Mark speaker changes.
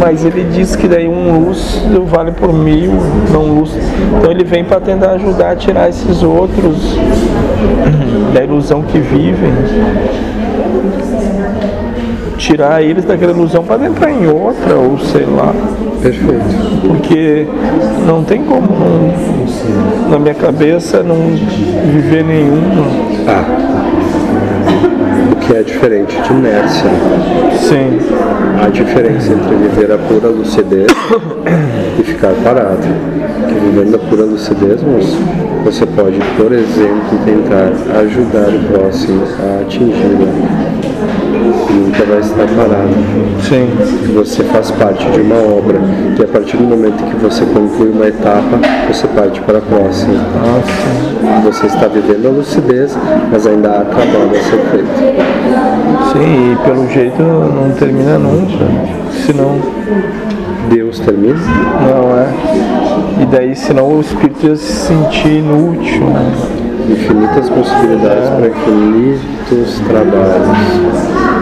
Speaker 1: mas ele diz que daí um lustro vale por mil, não lustro. Então ele vem para tentar ajudar a tirar esses outros da ilusão que vivem. Tirar eles daquela ilusão para entrar em outra, ou sei lá.
Speaker 2: Perfeito.
Speaker 1: Porque não tem como, não- na minha cabeça, não viver nenhum.
Speaker 2: Ah. O que é diferente de inércia.
Speaker 1: Sim.
Speaker 2: A diferença entre viver a pura lucidez e ficar parado. Que vivendo a pura lucidez, moço, você pode, por exemplo, tentar ajudar o próximo a atingi-la. E Nunca vai estar parado.
Speaker 1: Sim.
Speaker 2: Você faz parte de uma obra e a partir do momento que você conclui uma etapa, você parte para a próxima.
Speaker 1: Ah, sim.
Speaker 2: Você está vivendo a lucidez, mas ainda há trabalho a ser feito.
Speaker 1: Sim, e pelo jeito não termina nunca. Senão,
Speaker 2: Deus termina?
Speaker 1: não é. E daí, senão o espírito ia se sentir inútil. né?
Speaker 2: Infinitas possibilidades para infinitos trabalhos.